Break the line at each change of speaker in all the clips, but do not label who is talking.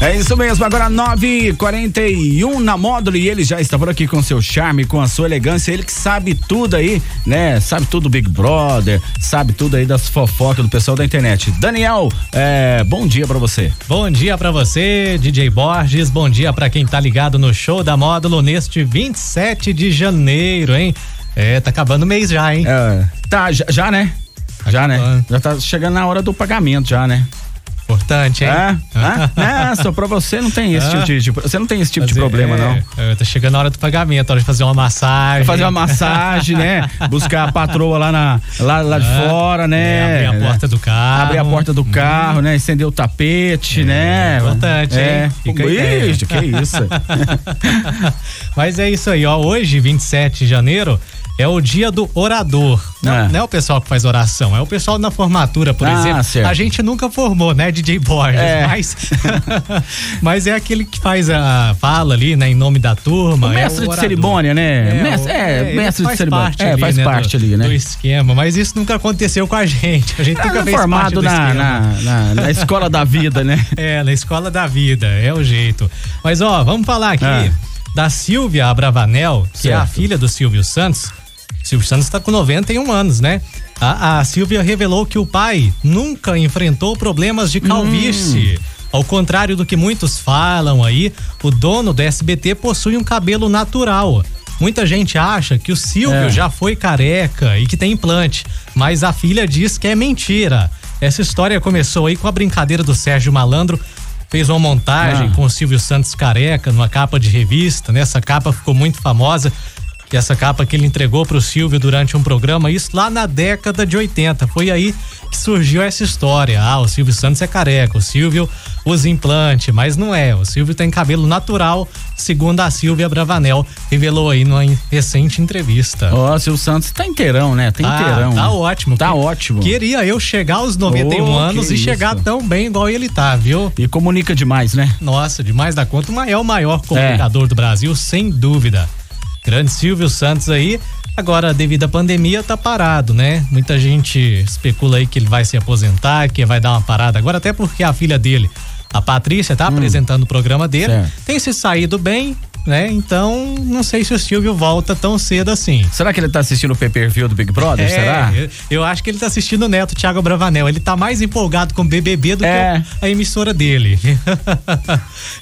É isso mesmo, agora 9h41 na módulo e ele já está por aqui com seu charme, com a sua elegância, ele que sabe tudo aí, né? Sabe tudo do Big Brother, sabe tudo aí das fofocas do pessoal da internet. Daniel, é, bom dia pra você.
Bom dia pra você, DJ Borges. Bom dia pra quem tá ligado no show da Módulo neste 27 de janeiro, hein? É, tá acabando o mês já, hein?
É, tá, já, já, né? Já, né? Já tá chegando na hora do pagamento, já, né?
Importante, hein?
É? Ah, só pra você não tem esse tipo de, de- você não tem esse tipo de
Fazer-
problema,
é,
não.
é, tá chegando a hora do pagamento, a hora de fazer uma massagem.
Fazer uma massagem, né? Buscar a patroa lá, na, lá, lá de fora, né?
Ah. É, abrir a porta do carro.
Abrir a porta do carro, né? Estender o tapete, né?
É, importante, hein? Fica a ideia.
Ixi, que isso.
Mas é isso aí, ó. Hoje, 27 de janeiro, é o dia do orador. Não
É.
não é o pessoal que faz oração, é o pessoal na formatura, por
Ah,
exemplo.
certo.
A gente nunca formou, né, DJ Borges?
É.
Mas, mas é aquele que faz a fala ali, né, em nome da turma.
O mestre
é
de
orador.
cerimônia, né? Mestre-
o-
é,
ele
mestre de
faz
cerimônia.
parte
É,
ali,
faz
né,
parte
do,
ali, né?
Do esquema, mas isso nunca aconteceu com a gente. A gente nunca
Ela é
fez parte
formado
do
na,
esquema.
na, na, na escola da vida, né?
É, na escola da vida, é o jeito. Mas ó, vamos falar aqui
Ah.
da Silvia Abravanel, que é a
Certo.
filha do Silvio Santos. Silvio Santos tá com 91 anos, né? A, a Silvia revelou que o pai nunca enfrentou problemas de
Hum.
calvície. Ao contrário do que muitos falam aí, o dono do SBT possui um cabelo natural. Muita gente acha que o Silvio
É.
já foi careca e que tem implante, mas a filha diz que é mentira. Essa história começou aí com a brincadeira do Sérgio Malandro. Fez uma montagem
Ah.
com o Silvio Santos careca numa capa de revista, né? Essa capa ficou muito famosa. Que é essa capa que ele entregou pro Silvio durante um programa, isso lá na década de 80. Foi aí que surgiu essa história. Ah, o Silvio Santos é careca, o Silvio usa implante, mas não é. O Silvio tem cabelo natural, segundo a Silvia Bravanel revelou aí numa recente entrevista.
Ó, o Silvio Santos tá inteirão, né? Tá
Ah,
inteirão.
tá
né?
ótimo.
Tá
Que-
ótimo.
Queria eu chegar aos 91
Oh,
anos
que
e chegar
isso.
tão bem igual ele tá, viu?
E comunica demais, né?
Nossa, demais da conta. Mas é o maior comunicador do Brasil, sem dúvida. Grande Silvio Santos aí. Agora, devido à pandemia, tá parado, né? Muita gente especula aí que ele vai se aposentar, que vai dar uma parada agora, até porque a filha dele, a Patrícia, tá apresentando o programa dele.
Certo.
Tem se saído bem, né? Então, não sei se o Silvio volta tão cedo assim.
Será que ele tá assistindo o pay-per-view do Big Brother?
É,
será?
Eu, eu acho que ele tá assistindo o neto, Thiago Bravanel. Ele tá mais empolgado com o BBB do
É.
que a emissora dele.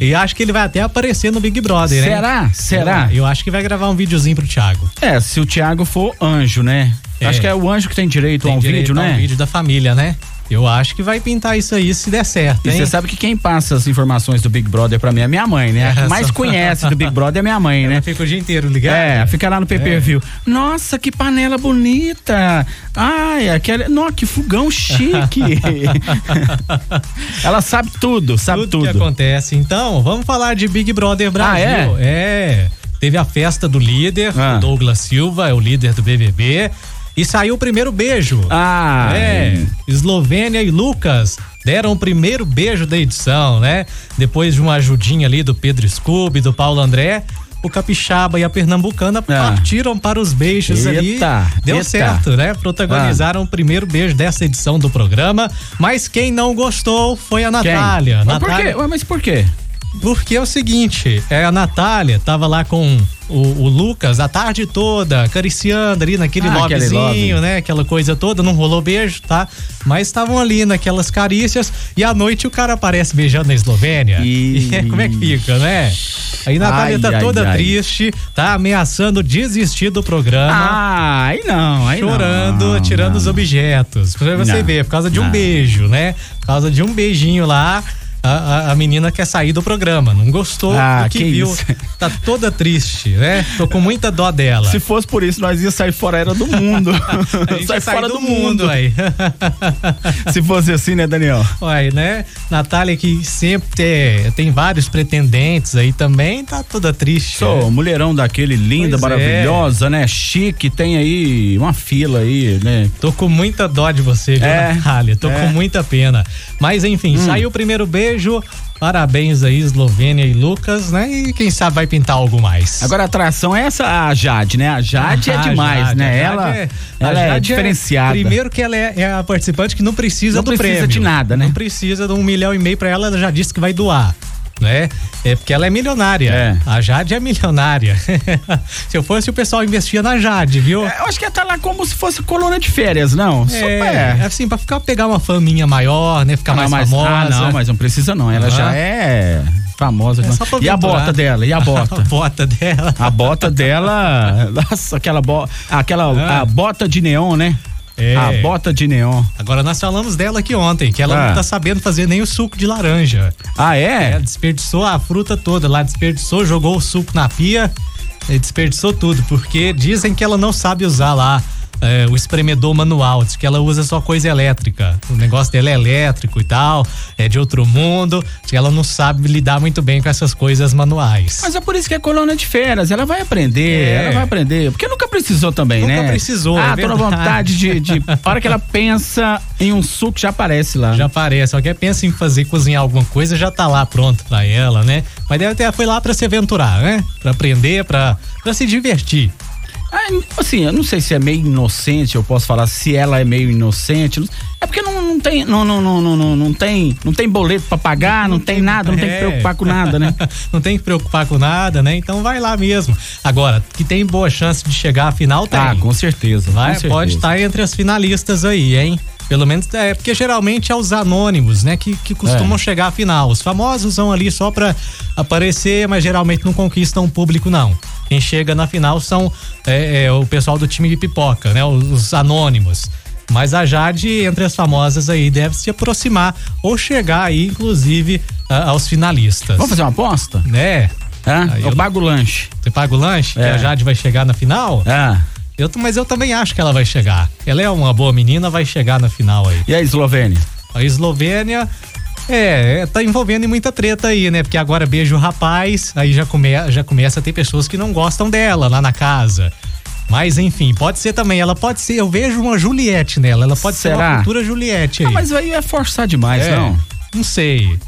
e acho que ele vai até aparecer no Big Brother, né?
Será? Será?
Eu acho que vai gravar um videozinho pro Thiago.
É, se o Thiago for anjo, né?
É.
Acho que é o anjo que tem direito a um
direito
vídeo,
a
né?
Um vídeo da família, né? Eu acho que vai pintar isso aí se der certo,
E
hein?
você sabe que quem passa as informações do Big Brother pra mim é minha mãe, né? A que
Essa.
mais conhece do Big Brother é minha mãe, né?
Fica né? É. o dia inteiro ligado.
É, fica lá no pay-per-view. Nossa, que panela bonita! Ai, aquele. Nossa, que fogão chique! Ela sabe tudo, sabe
tudo,
tudo.
que acontece. Então, vamos falar de Big Brother Brasil.
Ah,
é? Teve a festa do líder,
Ah.
o Douglas Silva, é o líder do BBB. E saiu o primeiro beijo.
Ah,
É, Eslovênia e Lucas deram o primeiro beijo da edição, né? Depois de uma ajudinha ali do Pedro Scooby, do Paulo André, o Capixaba e a Pernambucana partiram para os beijos ali.
Ah. Eita,
Deu
eita. Ah.
certo, né? Protagonizaram o primeiro beijo dessa edição do programa, mas quem não gostou foi a
quem?
Natália.
Mas por
Natália
quê? Ué, mas por quê?
porque é o seguinte, é, a Natália tava lá com o, o Lucas a tarde toda, acariciando ali naquele
Ah, aquele
lobbyzinho,
lobby.
né? Aquela coisa toda, não rolou beijo, tá? Mas estavam ali naquelas carícias e à noite o cara aparece beijando na Eslovênia.
Ih.
E como é que fica, né? Aí a Natália
Ai,
tá
ai,
toda
ai.
triste, tá ameaçando desistir do programa.
Ah, aí não, aí não.
Tá
Ah,
Chorando, tirando os objetos. Pra você
Não,
ver, por causa de um
não.
beijo, né? Por causa de um beijinho lá. a, a, a menina quer sair do programa, não gostou
Ah,
do que,
que
viu.
isso.
Tá toda triste, né? Tô com muita dó dela.
Se fosse por isso, nós ia sair fora era do mundo.
A
Sai
gente vai sair
fora do, mundo.
aí.
Se fosse assim, né, Daniel?
Olha, né? Natália que sempre te- tem vários pretendentes aí também, tá toda triste.
Sou mulherão daquele, linda,
Pois é.
maravilhosa, né? Chique, tem aí uma fila aí, né?
Tô com muita dó de você, viu,
É,
Natália? Tô
é. Hum.
com muita pena. Mas enfim, saiu o primeiro beijo. Parabéns aí, Eslovênia e Lucas, né? E quem sabe vai pintar algo mais.
Agora a atração é essa, a Jade, né? A Jade é
Ah,
demais,
Jade,
né?
a Jade
ela
é-
é,
a
ela é
Jade
diferenciada.
primeiro que ela é, é a participante que não precisa
Não
do
precisa
prêmio.
de nada, né?
Não precisa de um milhão e meio pra ela, ela já disse que vai doar. Né? É porque ela é milionária.
É.
A Jade é milionária. se eu fosse, o pessoal investia na Jade, viu?
É, Eu acho que ela tá lá como se fosse coluna de férias, não? Só-
É, assim, pra ficar, pegar uma faminha maior, né? Ficar
Ah,
mais
mas,
famosa.
ah, não, mas não precisa não. Ela
Ah.
já é famosa.
É só pra
e a
aventurar.
bota dela? E a
A
bota? Ah.
bota dela.
a bota dela. Nossa, aquela bota. Aquela.
Ah.
A bota de neon, né?
É.
A bota de neon.
Agora nós falamos dela aqui ontem, que ela
Ah.
não tá sabendo fazer nem o suco de laranja.
Ah, é?
Ela desperdiçou a fruta toda lá, desperdiçou, jogou o suco na pia e desperdiçou tudo, porque dizem que ela não sabe usar lá é, o espremedor manual, diz que ela usa só coisa elétrica. O negócio dela é elétrico e tal, é de outro mundo, diz que ela não sabe lidar muito bem com essas coisas manuais.
Mas é por isso que é coluna de férias. Ela vai aprender,
É.
ela vai aprender. Porque nunca precisou também,
Nunca
né?
precisou, é
Ah, tô na
verdade.
vontade de, de. A hora que ela pensa em um suco, já aparece lá.
Já parece, só que é, pensa em fazer cozinhar alguma coisa, já tá lá pronto pra ela, né? Mas deve até foi lá pra se aventurar, né? Pra aprender, pra, pra se divertir.
Ah, assim, eu não sei se é meio inocente, eu posso falar se ela é meio inocente. não- É porque não, não tem, não, não, não, não, não, não tem, não tem boleto pra pagar, não, tem, nada, não tem que
é.
preocupar com nada, né?
não tem que preocupar com nada, né? Então vai lá mesmo. Agora, que tem boa chance de chegar à final, tem.
Tá, com certeza.
Vai,
com certeza.
pode estar entre as finalistas aí, hein? Pelo menos é porque geralmente é os anônimos, né, que, que costumam
É.
chegar à final. Os famosos são ali só pra aparecer, mas geralmente não conquistam o público não. Quem chega na final são é, é, o pessoal do time de pipoca, né, os, os anônimos. Mas a Jade entre as famosas aí deve se aproximar ou chegar aí, inclusive, a- aos finalistas.
Vamos fazer uma aposta?
Né?
Hã?
Aí
eu
eu-
pago o lanche.
Você paga o lanche? Que
É.
a Jade vai chegar na final?
Ah.
Eu, t- mas eu também acho que ela vai chegar. Ela é uma boa menina, vai chegar na final aí.
E aí, Eslovênia?
A Eslovênia. É, é, tá envolvendo em muita treta aí, né? Porque agora beija o rapaz, aí já, come, já começa a ter pessoas que não gostam dela lá na casa. Mas enfim, pode ser também. Ela pode ser, eu vejo uma Juliette nela. Ela pode ser uma
Será?
futura Juliette aí.
Ah, mas aí é forçar demais,
É,
não?
Não sei.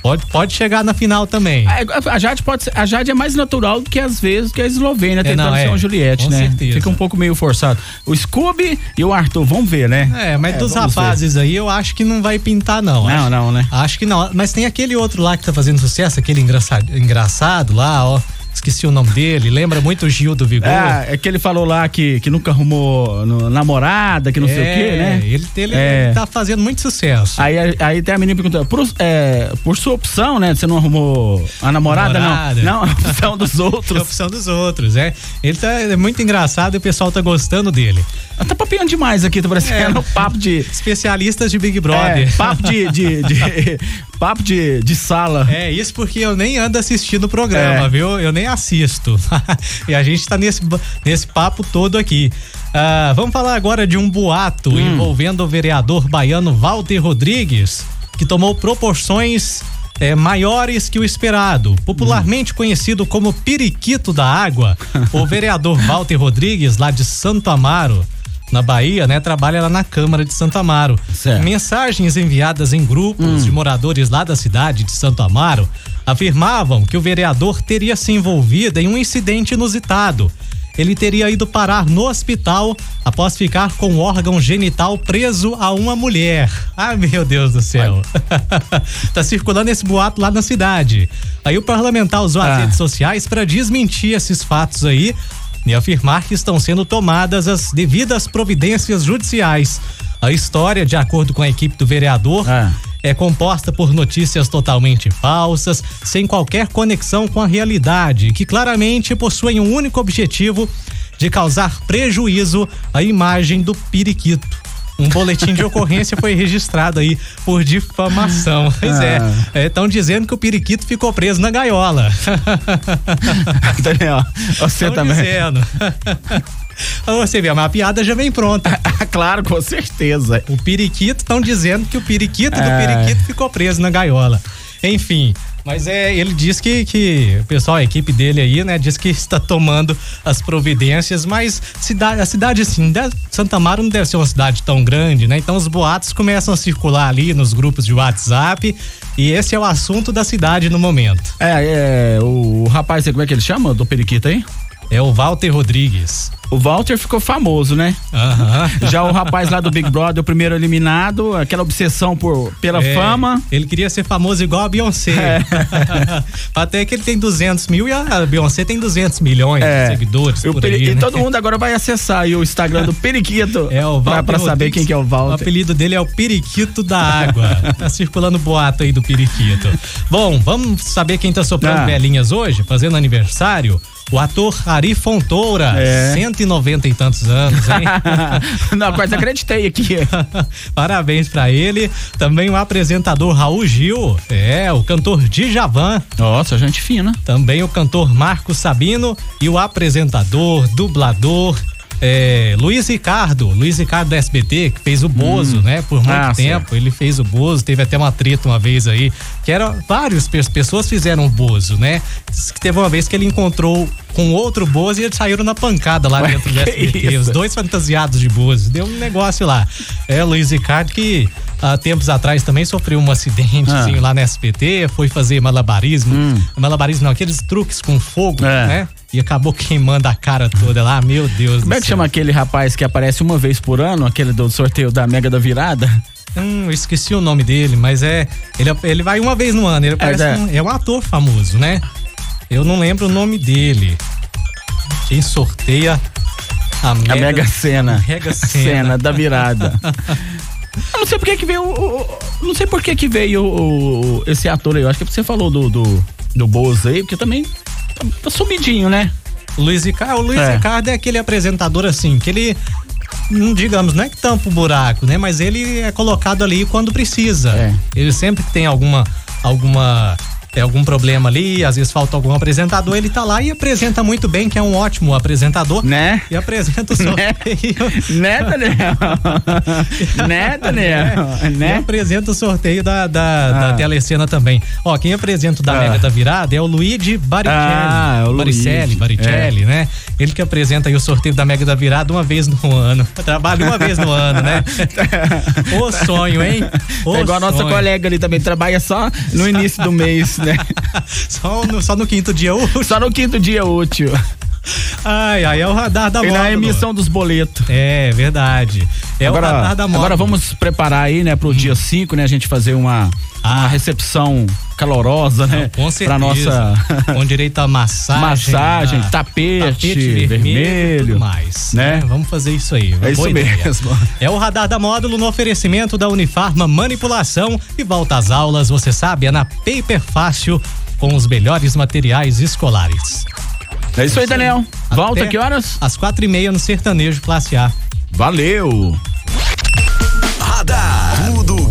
Pode, pode chegar na final também.
É, A- A Jade pode ser, a Jade é mais natural do que às vezes que a Eslovênia tentando
não, é.
ser uma Juliette,
Com
né?
certeza.
Fica um pouco meio forçado. O Scooby e o Arthur, vamos ver, né?
É, mas dos
vamos ver.
rapazes aí eu acho que não vai pintar, não.
Não,
Acho-
não, né?
Acho que não. Mas tem aquele outro lá que tá fazendo sucesso, aquele engraçado, engraçado lá, ó. Esqueci o nome dele. Lembra muito o Gil do Vigor.
Ah, é que ele falou lá que, que nunca arrumou no- namorada, que não sei o
É,
quê, né?
Ele, ele,
É.
ele tá fazendo muito sucesso.
Aí, aí tem a menina perguntando, por, é, por sua opção, né? Você não arrumou a namorada,
Namorada.
não? Não, a opção dos
É a
outros.
opção dos outros, é. Ele tá é muito engraçado e o pessoal tá gostando dele.
tá papiando demais aqui, tá parecendo papo de...
Especialistas de Big
É,
É. Brother.
papo de, de, de- papo de, de sala.
É, isso porque eu nem ando assistindo o programa,
É.
viu? Eu nem assisto. e a gente tá nesse, ba- nesse papo todo aqui. Ah, vamos falar agora de um boato
Hum.
envolvendo o vereador baiano Walter Rodrigues, que tomou proporções eh, maiores que o esperado. Popularmente
Hum.
conhecido como Periquito da Água, o vereador Walter Rodrigues, lá de Santo Amaro, na Bahia, né? Trabalha lá na Câmara de Santo Amaro.
Certo.
Mensagens enviadas em grupos de moradores lá da cidade de Santo Amaro afirmavam que o vereador teria se envolvido em um incidente inusitado. Ele teria ido parar no hospital após ficar com o órgão genital preso a uma mulher. Ah, meu Deus do céu. tá circulando esse boato lá na cidade. Aí o parlamentar usou as
Ah.
redes sociais para desmentir esses fatos aí e afirmar que estão sendo tomadas as devidas providências judiciais. A história, de acordo com a equipe do vereador,
Ah.
é composta por notícias totalmente falsas, sem qualquer conexão com a realidade, que claramente possuem um único objetivo de causar prejuízo à imagem do periquito. Um boletim de ocorrência foi registrado aí por difamação. Pois é. Estão dizendo que o periquito ficou preso na gaiola. É.
Daniel, você
Tão
também.
dizendo. Você vê, mas a piada já vem pronta.
claro, com certeza.
O periquito, estão dizendo que o periquito do
É.
periquito ficou preso na gaiola. Enfim, mas é, ele diz que, que o pessoal, a equipe dele aí, né, diz que está tomando as providências, mas cidade, a cidade, assim, de- Santa Mara não deve ser uma cidade tão grande, né? Então os boatos começam a circular ali nos grupos de WhatsApp e esse é o assunto da cidade no momento.
É, é, o rapaz, como é que ele chama? Do periquito aí?
É o Walter Rodrigues.
O Walter ficou famoso, né?
Aham.
Já o rapaz lá do Big Brother, o primeiro eliminado, aquela obsessão por, pela
É,
fama. É.
Ele queria ser famoso igual a Beyoncé. Até que ele tem 200 mil e a Beyoncé tem 200 milhões
É.
de seguidores
E o
por
peri-
aí,
e
né?
todo mundo agora vai acessar aí o Instagram do Periquito.
É o
pra,
Walter
pra saber
Rodrigues.
quem que é o
O
Walter.
apelido dele é o Periquito da Água. tá circulando boato aí do Periquito. Bom, vamos saber quem tá soprando
Ah.
velhinhas hoje, fazendo aniversário? O ator Ari Fontoura,
É.
190 e tantos anos, hein?
Não, quase acreditei aqui.
Parabéns pra ele. Também o apresentador Raul Gil. É, o cantor Djavan.
Nossa,
é
gente fina.
Também o cantor Marcos Sabino e o apresentador, dublador. é, Luiz Ricardo, Luiz Ricardo da SBT, que fez o Bozo, né? Por muito
Ah,
tempo. Ele fez o Bozo, teve até uma treta uma vez aí. Que era. Várias pe- pessoas fizeram o Bozo, né? Diz que teve uma vez que ele encontrou com outro Bozo e eles saíram na pancada lá dentro do
que
SBT.
isso?
Os dois fantasiados de Bozo. Deu um negócio lá. É, Luiz Ricardo que. Há tempos atrás também sofreu um acidente
Ah. Hum.
lá na SBT, foi fazer malabarismo. Malabarismo não, aqueles truques com fogo,
É.
né? E acabou queimando a cara toda lá. Meu Deus
Como
do
é que
céu.
chama aquele rapaz que aparece uma vez por ano, aquele do sorteio da Mega da Virada?
Hum, eu esqueci o nome dele, mas é. Ele, ele vai uma vez no ano. Ele parece
né?
um, é um ator famoso, né? Eu não lembro o nome dele. Quem sorteia a Mega,
A Mega Sena.
Mega Sena.
Sena da Virada. Eu não sei por que que veio. o- o- Não sei por que que veio o- o- esse ator aí. Eu acho que é você falou do, do, do Bozo aí, porque também tá, tá sumidinho, né?
Luiz Ricardo, o Luiz
É.
Ricardo é aquele apresentador assim, que ele, hum, digamos, não é que tampa o buraco, né? Mas ele é colocado ali quando precisa.
É.
Ele sempre que tem alguma, alguma, é, algum problema ali, às vezes falta algum apresentador, ele tá lá e apresenta muito bem, que é um ótimo apresentador.
Né?
E apresenta o seu.
Né? Né, Daniel? né, Daniel?
E
Né?
apresenta o sorteio da, da, da
Ah.
telecena também. Ó, quem apresenta o da
Ah.
Mega da Virada é o Luigi Baricelli.
Ah, é o
Baricelli,
Luigi. é.
Baricelli, né? Ele que apresenta aí o sorteio da Mega da Virada uma vez no ano. Trabalha uma vez no ano, né? Ô sonho, hein? Ô
É igual a nossa
sonho.
colega ali também, trabalha só no início do mês, né?
só, um no, só no quinto dia. Ô,
Só no quinto dia útil.
Ai, ai, é o radar da
E
moda.
na
Lu.
emissão dos boletos.
É, verdade. É
agora,
o radar da moda.
agora vamos preparar aí, né, pro dia 5, né, a gente fazer uma, uma
Ah.
recepção calorosa, né?
Com certeza.
Pra nossa
Com direito a massagem.
massagem,
a-
tapete,
tapete vermelho. e
vermelho.
Tudo mais.
né?
Vamos fazer isso aí.
É isso
Boa ideia.
mesmo.
É o Radar da Módulo no oferecimento da Unifarma Manipulação e volta às aulas, você sabe, é na Paper Fácil com os melhores materiais escolares.
É isso aí, Daniel. Volta
Até
que horas?
Às quatro e meia no Sertanejo Classe A.
Valeu!
Radar. Tudo o